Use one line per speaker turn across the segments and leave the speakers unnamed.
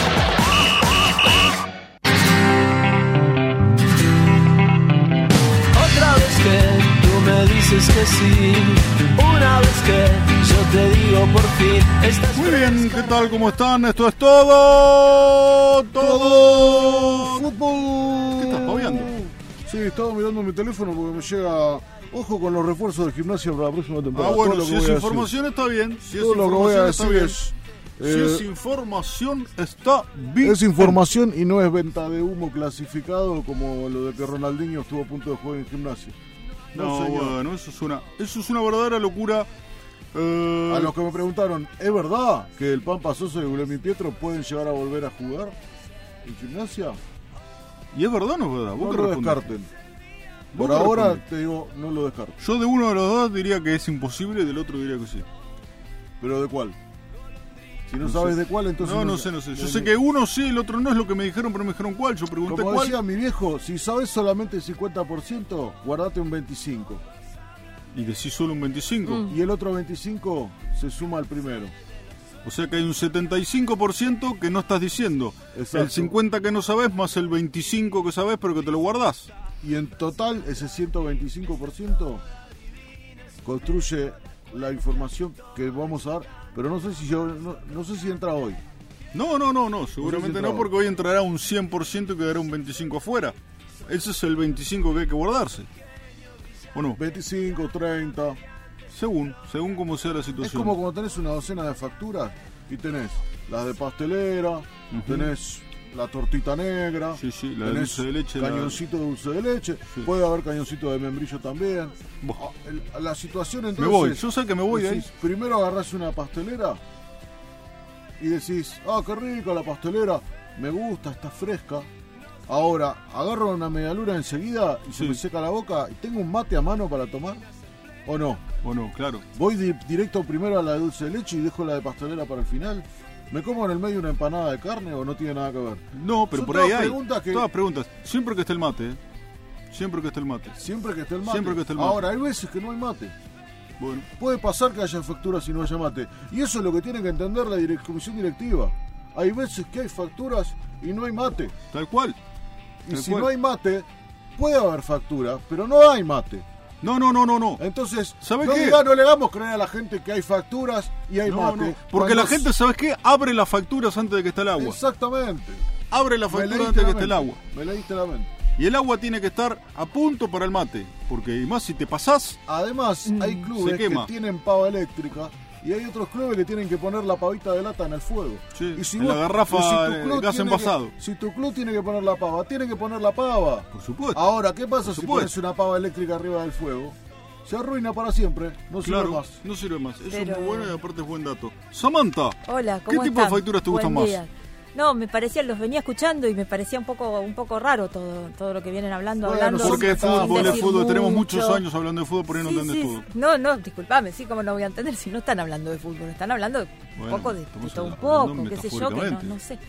Otra vez que tú me dices que sí, una vez que yo te digo por fin, estás
Muy bien, ¿qué tal? ¿Cómo están? Esto es todo. Todo.
Fútbol.
¿Qué estás paviando?
Sí, estaba mirando mi teléfono porque me llega. Ojo con los refuerzos del gimnasio para la próxima
Ah,
temporada. Todo
bueno,
lo
si
que
es
voy a
información está bien. Si es
Todo lo que voy a
información está
decir
bien.
es,
Si es
eh,
información está
decir.
bien.
Es información y no es venta de humo clasificado como lo de que Ronaldinho estuvo a punto de jugar en gimnasio. No,
No,
señor.
bueno, eso es una, eso es una verdadera locura. Eh,
A los que me preguntaron, ¿es verdad que el Pampa Sosa y Guillermo Pietro pueden llegar a volver a jugar en gimnasia?
¿Y es verdad o no es verdad? ¿Vos
No
qué
lo
respondés?
descarten.
¿Vos
Por
qué
ahora
respondés?
te digo, no lo descarten.
Yo de uno de los dos diría que es imposible, del otro diría que sí.
¿Pero de cuál? Si no,
No
sabes
sé.
de cuál, entonces.
no, no sé, no sé. Yo
ni-
sé que uno sí, el otro no es lo que me dijeron, pero me dijeron cuál. Yo pregunté
Como
cuál.
decía mi viejo, si sabes solamente el 50%, guardate un 25%.
Y decís solo un 25.
Y el otro 25% se suma al primero.
O sea que hay un 75% que no estás diciendo.
Exacto.
El 50% que no sabes, más el 25% que sabes, pero que te lo guardás.
Y en total, ese 125% construye la información que vamos a dar. Pero no sé si yo, no, no sé si entra hoy.
No, no, no, no. Seguramente
entraba.
no, porque hoy entrará un 100% y quedará un 25% afuera. Ese es el 25% que hay que guardarse. Bueno,
25, 30.
según, según como sea la
Es
situación.
como cuando tenés una docena de facturas y tenés las de pastelera, tenés la tortita negra,
Sí, sí, la de
tenés
dulce de leche, la-
cañoncito de dulce de leche,
Sí.
puede haber cañoncito de membrillo también.
Buah.
Ah, el- La situación
Me
entonces...
voy, yo sé que me voy de ahí.
decís, Primero agarrás una pastelera y decís, ah, qué rica la pastelera, me gusta, está fresca. Ahora, agarro una medialuna enseguida y se
Sí.
me seca la boca y tengo un mate a mano para tomar. ¿O no?
Bueno, claro.
Voy di- directo primero a la de dulce de leche y dejo la de pastelera para el final. ¿Me como en el medio una empanada de carne o no tiene nada que ver?
No, pero
Son
por ahí
todas
hay.
preguntas que-
Todas preguntas. Siempre que esté el mate, ¿eh? Siempre que esté el mate.
Siempre que esté el mate.
Siempre que esté el mate.
Ahora, hay veces que no hay mate.
Bueno,
Puede pasar que haya facturas y no haya mate. Y eso es lo que tiene que entender la direc- comisión directiva. Hay veces que hay facturas y no hay mate.
tal cual.
Y
Tal
si
cual.
no hay mate, puede haber factura, pero no hay mate.
No, no, no, no, no.
Entonces,
¿Sabe
no,
qué?
diga- no le hagamos creer a la gente que hay facturas y hay
No,
mate.
no. Porque
Cuando
la
es-
gente, ¿sabes qué? Abre las facturas antes de que esté el agua.
Exactamente.
Abre las
Me
facturas
leíste
antes de
la
que esté el
mente.
agua.
Me leíste la mente.
Y el agua tiene que estar a punto para el mate. Porque y más si te pasás,
Además,
Mm,
hay clubes que
quema.
tienen pava eléctrica y hay otros clubes que tienen que poner la pavita de lata en el fuego.
Sí, en la garrafa de
club
gas
tiene
envasado.
que- si tu club tiene que poner la pava, tiene que poner la pava.
por supuesto.
Ahora, ¿qué pasa si
supuesto.
pones una pava eléctrica arriba del fuego? Se arruina para siempre, no sirve
claro,
más.
no sirve más. Eso es
Pero-
muy bueno y aparte es buen dato. Samantha,
Hola,
¿qué
¿cómo
tipo de
están?
facturas te
Buen
gustan más?
día. No, me parecía, los venía escuchando y me parecía un poco, un poco raro todo, todo lo que vienen hablando,
Bueno,
hablando.
Son
Porque es
metáforas.
fútbol, es
Sin
fútbol.
decir
Tenemos
mucho.
muchos años hablando de fútbol, por ahí no
Sí,
entendés
sí,
todo.
No, no, disculpame, sí, como no voy a entender si no están hablando de fútbol, están hablando de un
Bueno,
poco de, de
estamos
todo un
hablando
poco, qué sé yo, que no,
metafóricamente.
no sé.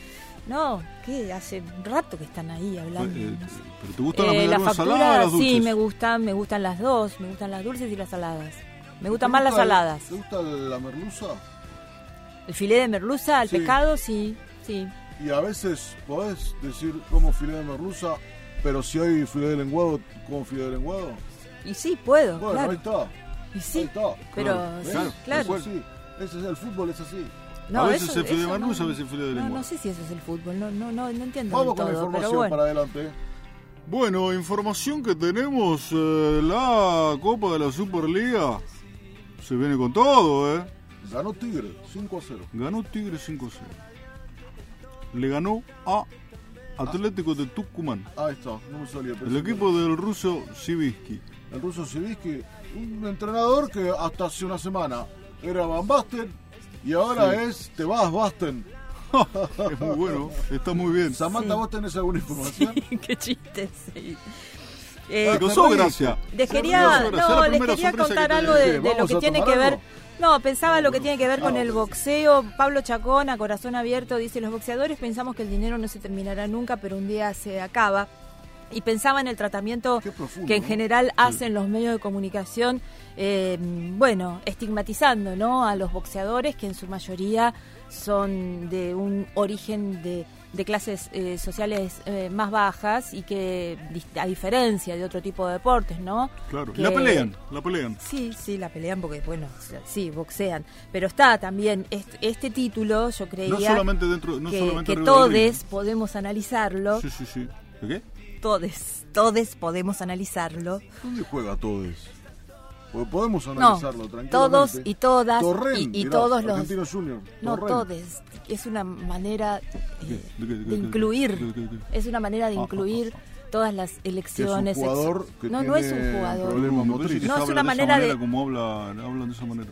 No, que hace rato que están ahí hablando.
Eh,
no sé.
¿Pero te gustan
Eh,
las
la
medialunas
factura,
saladas o las dulces?
sí, me gustan, me gustan las dos, me gustan las dulces y las saladas. Me
¿Te
gustan más las
gusta el-
saladas.
¿Te gusta la merluza?
El filé de merluza, el
Sí.
pescado, sí, sí.
Y a veces podés decir como filé de merluza, pero si hay filé de lenguado, como filé de lenguado.
Y sí, puedo,
Bueno,
claro.
ahí está.
Y sí,
Ahí está.
pero
Claro,
sí,
claro,
claro.
tal cual.
Es así. Ese es el fútbol, es así.
No,
a veces
eso-
el filé de
eso
merluza,
no-
a veces el filé de
no,
lengua.
no sé si eso es el fútbol, no, no, no, no entiendo
Vamos
del
con la
todo, pero
información
bueno.
para adelante. ¿eh?
Bueno, información que tenemos, eh, la Copa de la Superliga se viene con todo, ¿eh?
Ganó Tigre, 5 a 0.
Ganó Tigre 5-0. Le ganó a Atlético de Tucumán,
Ahí está, no me salía. pensé
el
que-
equipo del ruso Sivisky.
El ruso Sivisky, un entrenador que hasta hace una semana era Van Basten y ahora es Te vas, Basten.
Es muy bueno, está muy bien.
Samantha, ¿vos tenés alguna información?
Qué chiste, sí. Eh,
Me causó
Fernández.
gracia.
Les
Me
quería,
causó gracia, la
no, les
primera
quería
sorpresa que
contar
te-
algo de, de lo
¿Vamos
que
a
tiene
tomar
que ver.
algo?
No, pensaba lo que tiene que ver con
Ah,
el boxeo. Pablo Chacón, a corazón abierto, dice, los boxeadores pensamos que el dinero no se terminará nunca, pero un día se acaba. Y pensaba en el tratamiento
Qué profundo,
que en
¿no?
general hacen los medios de comunicación, eh, bueno, estigmatizando ¿no? a los boxeadores, que en su mayoría son de un origen de, de clases eh, sociales eh, más bajas y que, dis- a diferencia de otro tipo de deportes, ¿no?
Claro,
Que-
la pelean, la pelean.
Sí, sí, la pelean porque, bueno, sí, boxean. Pero está también est- este título, yo creía
No solamente dentro, no
que,
solamente
que
arriba del ring.
todes podemos analizarlo.
Sí, sí, sí. ¿De ¿Qué?
Todes, todes podemos analizarlo.
¿Dónde juega Todes? Porque podemos
No,
analizarlo tranquilamente.
todos y todas
Torrent,
y, y
mirá,
todos los...
Argentinos Junior.
No,
Torrent.
todes. Es una manera eh,
¿De qué? ¿De qué?
de
¿De qué? ¿De qué?
incluir.
¿De qué?
Es una manera de
Ah, ah,
incluir todas las
Que es un
elecciones. sexu-
jugador que
no,
tiene
no es un jugador.
problemas
Me parece que
motrices.
No,
se
es
habla
una
de esa
manera de-
como hablan, hablan de esa manera.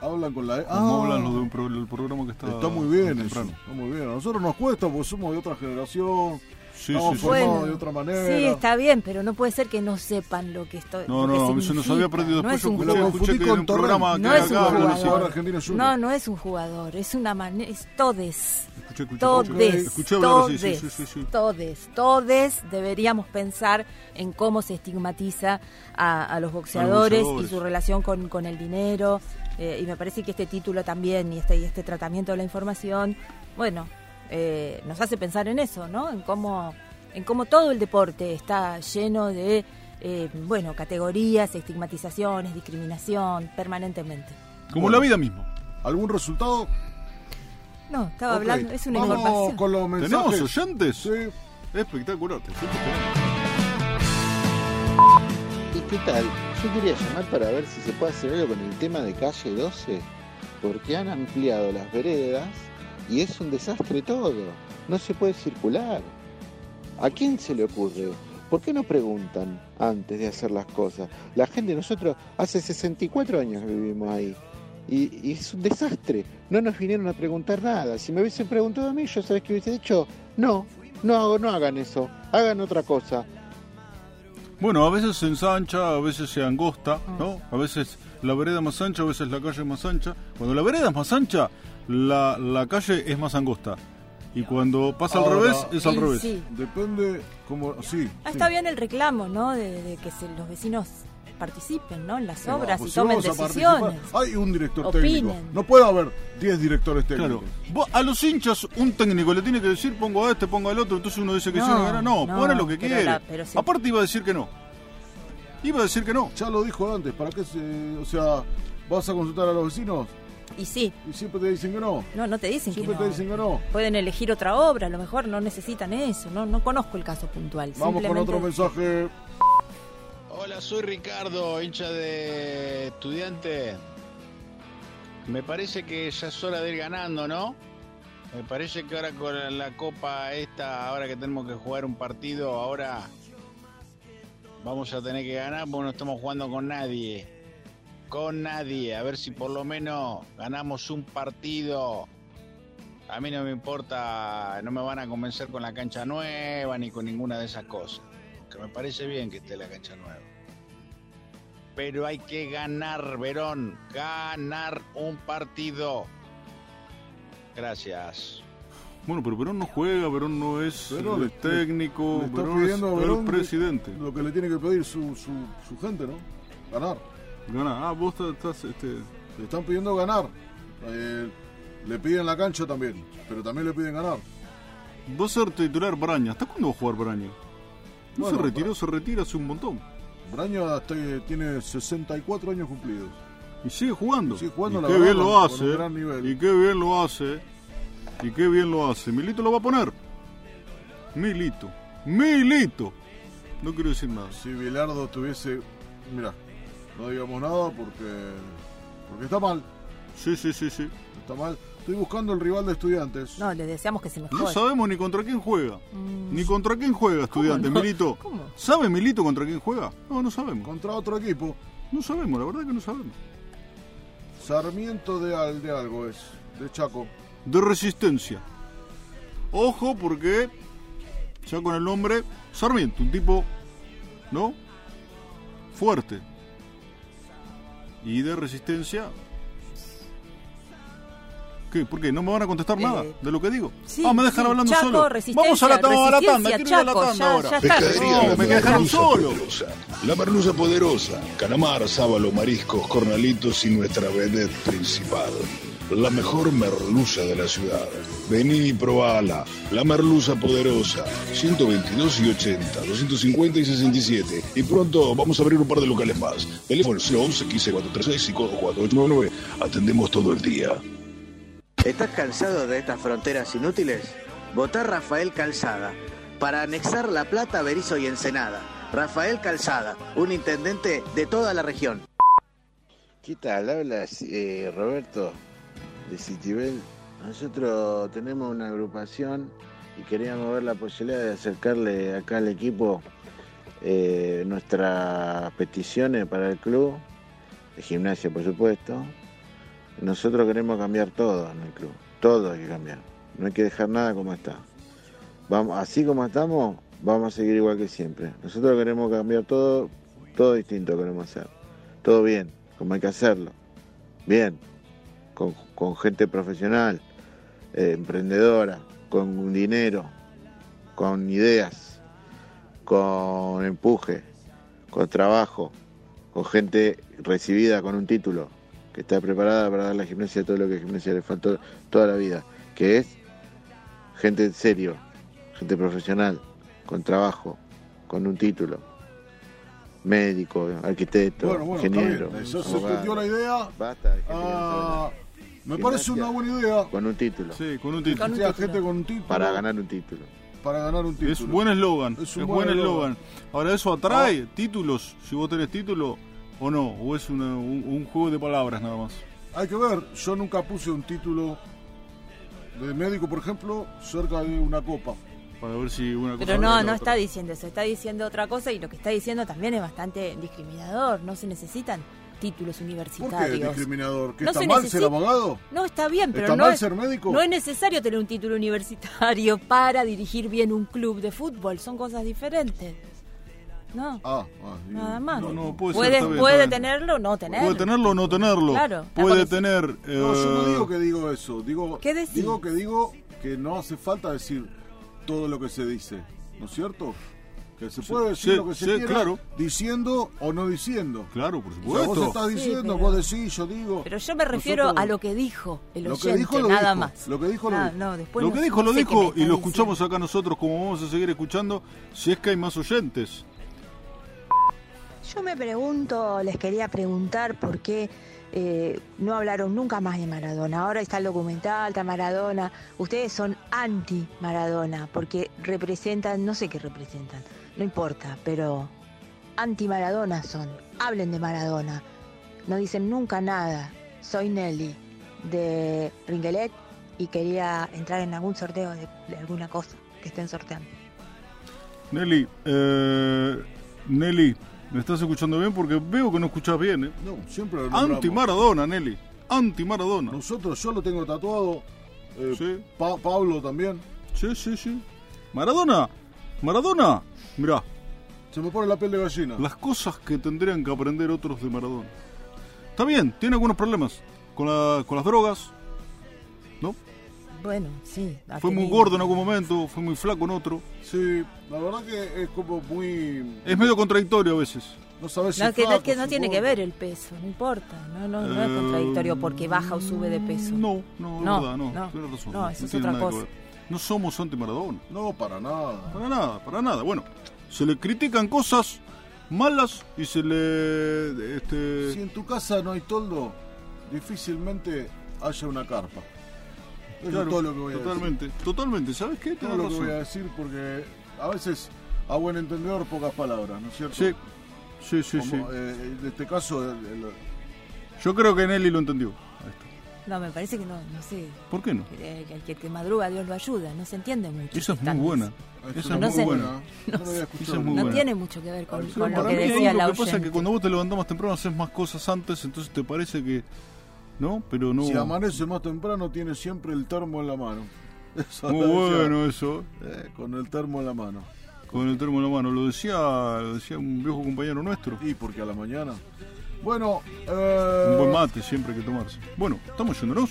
Hablan con la... E.
Como
Ah,
hablan los de un pro- el programa que está...
Está muy bien eso,
temprano.
está muy bien. A nosotros nos cuesta porque somos de otra generación,
Sí,
estamos
sí, sí.
formados de otra manera.
Sí, está bien, pero no puede ser que no sepan lo que estoy.
No,
lo que
no, eso nos
significa.
había aprendido
No
después,
es un
yo
Lo
jugador.
escuché
confundí
que
con
en un
Torrent.
programa que
No es un
acá hablan así.
jugador
jugador.
argentino junior.
No, no es un jugador, es una manera. Es todes.
Escuché, escuché,
Todes.
escuché. Escuché hablar así,
todes,
sí, sí, sí, sí.
todes, todes deberíamos pensar en cómo se estigmatiza a, a los boxeadores y
boxeadores.
su relación con, con el dinero. eh, y me parece que este título también y este, y este tratamiento de la información, bueno, eh, nos hace pensar en eso, ¿no? En cómo, en cómo todo el deporte está lleno de, eh, bueno, categorías, estigmatizaciones, discriminación permanentemente.
Como
Bueno.
la vida misma.
¿Algún resultado?
No, estaba
Ok,
hablando, es una
Vamos
información.
con los mensajes.
¿Tenemos oyentes?
Sí.
Espectacular. te siento que-
¿Y qué tal? Yo quería llamar para ver si se puede hacer algo con el tema de calle 12, porque han ampliado las veredas y es un desastre todo. No se puede circular. ¿A quién se le ocurre? ¿Por qué no preguntan antes de hacer las cosas? La gente, nosotros hace 64 años que vivimos ahí. Y, y es un desastre. No nos vinieron a preguntar nada. Si me hubiesen preguntado a mí, yo sabes que hubiese dicho, no, no hago, no hagan eso, hagan otra cosa.
Bueno, a veces se ensancha, a veces se angosta,
Ah.
¿no? A veces la vereda es más ancha, a veces la calle es más ancha. Cuando la vereda es más ancha, la, la calle es más angosta. Y cuando pasa al
Ahora,
revés, es al
Y
revés.
sí.
Depende como sí.
Ah,
sí.
está bien el reclamo, ¿no? De, de que se- los vecinos participen, ¿no? En las
Pero,
obras
pues,
y
si
tomen
vamos a
decisiones.
participar, Hay un director
Opinen.
técnico. No puede haber 10 directores técnicos.
Claro, Vos, a los hinchas un técnico le tiene que decir pongo a este, pongo al otro, entonces uno dice que
No,
sí, no, gana. no,
no,
pone lo que
pero
quiere.
la- pero sí.
Aparte iba a decir que no. Iba a decir que no.
Ya lo dijo antes, ¿para qué se, o sea, vas a consultar a los vecinos
Y sí,
y siempre te dicen que no?
no, no te dicen que
Siempre
no.
te dicen que no.
Pueden elegir otra obra, a lo mejor no necesitan eso, no, no conozco el caso puntual.
Vamos con otro
simplemente-
mensaje.
Hola, soy Ricardo, hincha de estudiante. Me parece que ya es hora de ir ganando, ¿no? Me parece que ahora con la copa esta, ahora que tenemos que jugar un partido, ahora vamos a tener que ganar porque no estamos jugando con nadie. Con nadie. A ver si por lo menos ganamos un partido. A mí no me importa, no me van a convencer con la cancha nueva ni con ninguna de esas cosas que me parece bien que esté la cancha nueva. Pero hay que ganar, Verón, ganar un partido. Gracias.
Bueno, pero Perón no juega, Perón no es
Perón
eh,
le-
técnico,
le está
Perón es
pidiendo a
el
Verón
presidente.
Lo que le tiene que pedir su, su, su gente, ¿no? Ganar.
Gana. Ah, vos estás... Este...
Le están pidiendo ganar. Eh, le piden la cancha también, pero también le piden ganar.
Va a ser titular Braña. ¿Hasta cuándo va a jugar Braña? No
Bueno,
se retiró, se retira hace un montón.
Braña hasta que tiene 64 años cumplidos.
Y sigue jugando.
Sigue jugando,
y
la
qué
verdad,
bien
con-
lo
con
hace.
un gran nivel.
Y qué bien lo hace. Y qué bien lo hace. Milito lo va a poner. Milito. Milito. No quiero decir nada.
Si Bilardo estuviese. Mira, no digamos nada porque. Porque está mal.
Sí, sí, sí, sí.
Está mal. Estoy buscando el rival de estudiantes.
No, le deseamos que se
No
mejore.
sabemos ni contra quién juega. Ni contra quién juega, estudiante.
Mm. no?
Milito.
¿Cómo?
¿Sabe Milito contra quién juega? No, no sabemos.
Contra otro equipo.
No sabemos, la verdad que no sabemos.
Sarmiento de, al, de algo es. De Chaco.
de resistencia. Ojo porque, ya con el nombre, Sarmiento, un tipo ¿no? Fuerte. Y de resistencia. ¿Qué? ¿Por qué? ¿No me van a contestar
Eh,
nada de lo que digo?
sí,
ah, me dejan
sí,
hablando
Chaco,
solo.
resistencia,
Vamos a la, tanda, a la tanda,
resistencia,
quiero ir a la
Chaco,
tanda
ya-
ahora.
ya está.
Pescadería
No,
la
me dejaron
Merluza
solo.
Poderosa. La merluza poderosa, calamar, sábalo, mariscos, cornalitos y nuestra vedette principal. La mejor merluza de la ciudad. Vení y probala. La merluza poderosa. 122 y 80, 250 y 67. Y pronto vamos a abrir un par de locales más. Teléfono 011 15 436 y 4899. Atendemos todo el día.
¿Estás cansado de estas fronteras inútiles? Votá Rafael Calzada para anexar La Plata, Berizo y Ensenada. Rafael Calzada, un intendente de toda la región.
¿Qué tal? Hablas eh, Roberto de Citibel. Nosotros tenemos una agrupación y queríamos ver la posibilidad de acercarle acá al equipo eh, nuestras peticiones para el club, de gimnasia por supuesto. Nosotros queremos cambiar todo en el club, todo hay que cambiar, no hay que dejar nada como está. Vamos, así como estamos, vamos a seguir igual que siempre. Nosotros queremos cambiar todo, todo distinto queremos hacer todo bien, como hay que hacerlo. Bien, con, con gente profesional, eh, emprendedora, con dinero, con ideas, con empuje, con trabajo, con gente recibida con un título, que está preparada para dar la gimnasia todo lo que a gimnasia le faltó toda la vida, que es gente en serio, gente profesional, con trabajo, con un título. Médico, arquitecto,
Bueno, bueno, está
ingeniero.
bien. Ya se
abogado.
entendió la idea.
Basta de gente que no
Ah,
sabe
me
Gimnasia.
parece una buena idea.
nada. Con un título.
Sí, con un título.
O
un
sea,
título.
gente con un título.
Para ganar un título.
para ganar un título.
Es buen eslogan.
Es
Es,
un buen
buen
eslogan.
eslogan. Ahora, ¿eso atrae títulos? Si vos tenés título o no. ¿O es una- un, un juego de palabras nada más?
Hay que ver, yo nunca puse un título de médico, por ejemplo, cerca de una copa.
Para ver si una cosa
Pero
abre
no,
la
no
otra.
está diciendo eso, está diciendo otra cosa y lo que está diciendo también es bastante discriminador, no se necesitan títulos
¿Por qué
universitarios.
discriminador? ¿Que
No
está
se
mal ser
necesita-
abogado?
No, está bien, pero
¿Está
no
mal
es,
ser médico?
no es necesario tener un título universitario para dirigir bien un club de fútbol, son cosas diferentes. No,
Ah, ah, y-
nada más.
No, no, puede ser,
puede
está bien,
puede
está bien.
tenerlo o no tenerlo.
Puede tenerlo o no tenerlo.
Claro.
Puede
Está con
tener.
No, yo no
eh,
digo que digo eso. Digo,
¿Qué decís?
digo que digo que no hace falta decir todo lo que se dice, ¿no es cierto? Que se puede decir
sí,
lo que se
sí,
quiera,
claro.
diciendo o no diciendo.
Claro, por
O sea,
supuesto.
vos estás diciendo,
pero-
vos decís, yo digo.
Pero yo me refiero
Nosotros-
a lo que dijo el
Lo que
oyente,
dijo, lo
nada
dijo.
más.
Lo que dijo, lo
Ah,
dijo.
no, después
lo
no-
que dijo,
no
lo
sé qué me
dijo
está
y lo
diciendo.
escuchamos acá nosotros como vamos a seguir escuchando si es que hay más oyentes.
Yo me pregunto, les quería preguntar por qué eh, no hablaron nunca más de Maradona. Ahora está el documental, está Maradona. Ustedes son anti-Maradona porque representan, no sé qué representan, no importa, pero anti-Maradona son. Hablen de Maradona. No dicen nunca nada. Soy Nelly de Ringelet y quería entrar en algún sorteo de- de alguna cosa que estén sorteando.
Nelly, eh, Nelly, ¿me estás escuchando bien? Porque veo que no escuchás bien. eh.
No, siempre lo nombramos.
Anti-Maradona, Nelly. Anti-Maradona.
Nosotros, yo lo tengo tatuado. eh,
Sí.
Pa- Pablo también.
Sí, sí, sí. Maradona, Maradona. Mirá,
Se me pone la piel de gallina.
las cosas que tendrían que aprender otros de Maradona. Está bien, tiene algunos problemas con, la- con las drogas. ¿no?
Bueno, sí. ha
Fue muy
tenido.
gordo en algún momento, fue muy flaco en otro.
Sí, la verdad que es como muy.
Es medio contradictorio a veces.
No sabes si
No, que,
flaco,
que no
si
tiene que
gordo.
ver el peso, no importa. No, no, no es
Eh,
contradictorio porque baja o sube de peso.
No, no, es
No,
verdad, no.
no.
tienes razón,
No, eso es
tiene
otra
nada que
cosa.
ver. No somos anti-Maradona.
No, para nada.
Para nada, para nada. Bueno, se le critican cosas malas y se le. Este,
Si en tu casa no hay toldo, difícilmente haya una carpa. Eso
claro,
es todo lo que voy a decir.
Totalmente, totalmente. ¿Sabes qué?
Todo
Tienes
lo que voy
razón.
a decir porque a veces, a buen entendedor, pocas palabras, ¿no es cierto?
Sí, sí, sí. sí.
Como, eh, en este caso, el- el-
Yo creo que Nelly lo entendió. Ahí está.
No, me parece que no, no sé.
¿Por qué no?
El, el que, el que madruga, Dios lo ayuda. No se entiende mucho.
Esa es muy
Están-
buena. Esa es
no
muy
sé.
buena.
No lo había escuchado.
Esa es muy
No
buena. Ah,
tiene mucho que ver con,
Sí,
con lo
para
que
mí ahí
decía
lo
la
que pasa es
oyente.
que cuando vos te levantás más temprano haces más cosas antes, entonces te parece que. ¿No? Pero no.
Si amanece más temprano, tiene siempre el termo en la mano. Eso
muy
lo decía.
bueno eso.
Eh, con el termo en la mano.
con el termo en la mano. Lo decía, lo decía un viejo compañero nuestro.
Y porque a la mañana. Bueno, eh,
Un buen mate siempre hay que tomarse. Bueno, estamos yéndonos.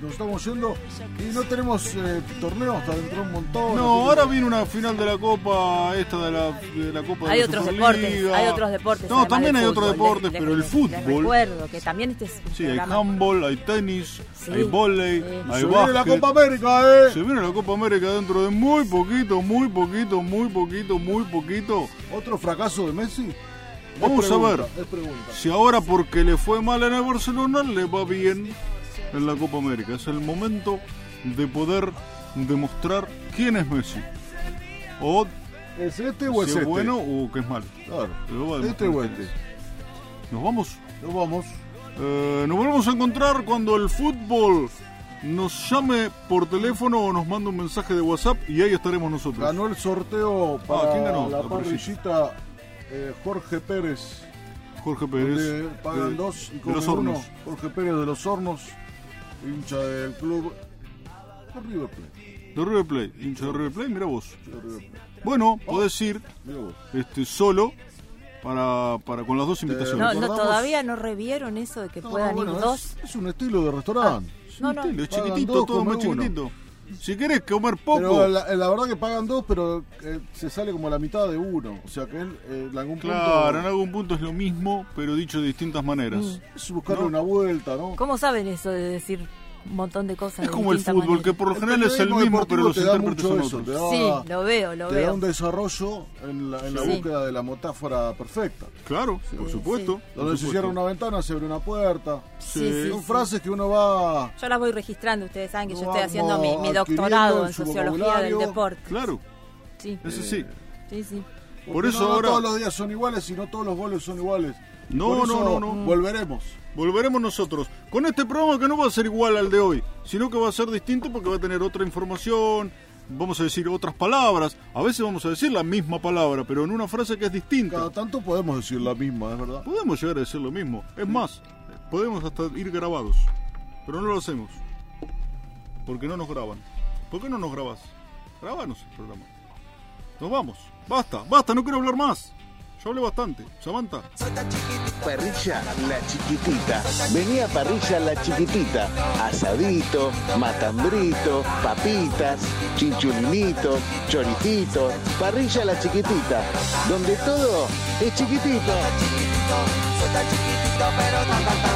nos estamos yendo y no tenemos eh, torneo hasta dentro de un montón.
No, ahora viene una final de la Copa, esta de la, de la Copa de
Hay
la
otros
Superliga.
deportes, hay otros deportes.
No,
además
también
del
hay otros
fútbol.
deportes,
Les- les-
pero el
les
fútbol.
recuerdo que también este es un
Sí, hay
programa-
handball, hay tenis,
Sí,
hay volei,
sí.
hay
Se viene la
básquet.
Copa América, eh.
Se viene la Copa América dentro de muy poquito, muy poquito, muy poquito, muy poquito.
Otro fracaso de Messi. Es
Vamos a
pregunta,
ver
Es pregunta.
si ahora porque le fue mal en el Barcelona le va bien en la Copa América. Es el momento de poder demostrar quién es Messi. O
¿Es este
si
o es
es
este?
bueno o que es malo.
Claro.
Lo va a
Este
demostrar
o
quién
este.
es. Nos vamos.
Nos vamos.
Eh, nos volvemos a encontrar cuando el fútbol nos llame por teléfono o nos mande un mensaje de WhatsApp y ahí estaremos nosotros.
Ganó el sorteo para
Ah, ¿quién ganó?
la
La parrillita.
parrillita eh, Jorge Pérez.
Jorge Pérez.
donde pagan
de-
dos y
de
comen
los
uno.
hornos.
Jorge Pérez de los Hornos, hincha del club de River Plate.
De River Plate. Hincha de River Plate, mira vos.
hincha de River Plate.
Bueno, podés ir
Mirá vos.
este, solo para, para con las dos invitaciones.
No, no,
Recordamos-
todavía no revieron eso de que
No,
puedan
Ah, bueno,
ir
es-
dos. Ah,
Es, un estilo de restaurante.
Es
No,
un
no.
estilo, es
Pagan
chiquitito,
dos,
todo
come
más
uno.
chiquitito. Si querés comer poco,
Pero la, eh, la verdad que pagan dos, pero eh, se sale como la mitad de uno. O sea que él, eh, en algún
claro, en
punto
algún punto es lo mismo, pero dicho de distintas maneras.
Mm,
es buscarle
no.
una vuelta, ¿no?
¿Cómo saben eso de decir un montón de cosas?
Es
de
como el
distinta
fútbol,
manera?
que por lo general es el
periodismo
mismo, pero
deportivo
los
te da
intérpretes
mucho
son
eso,
otros.
Sí, lo veo, lo
Te da
veo.
un desarrollo en la, en la
Sí.
búsqueda de la metáfora perfecta.
Claro, por supuesto. por
Donde se
supuesto.
cierra una ventana, se abre una puerta.
Sí, sí,
Son
sí.
frases que uno va
Yo las voy registrando, ustedes saben que yo
Lo
estoy haciendo mi,
vamos
mi doctorado
adquiriendo en
en
su
sociología del
vocabulario.
deporte.
Claro,
Sí,
eso sí.
sí, sí.
Por
Porque
eso
no, no
ahora-
todos los días son iguales y no todos los goles son iguales.
No,
Por
no,
eso
no, no.
Volveremos.
Volveremos nosotros con este programa que no va a ser igual al de hoy, sino que va a ser distinto porque va a tener otra información, vamos a decir otras palabras, a veces vamos a decir la misma palabra, pero en una frase que es
Cada
distinta.
tanto podemos decir la misma, es verdad.
Podemos llegar a decir lo mismo, es más, podemos hasta ir grabados, pero no lo hacemos, porque no nos graban. ¿Por qué no nos grabás? Grabanos el programa. Nos vamos, basta, basta, no quiero hablar más. Yo hablé bastante, Samantha.
Parrilla La Chiquitita. Venía Parrilla La Chiquitita. Asadito, matambrito, papitas, chinchulinitos, choricitos. Parrilla La Chiquitita. Donde todo es chiquitito.
chiquitito, pero tan, tan, tan.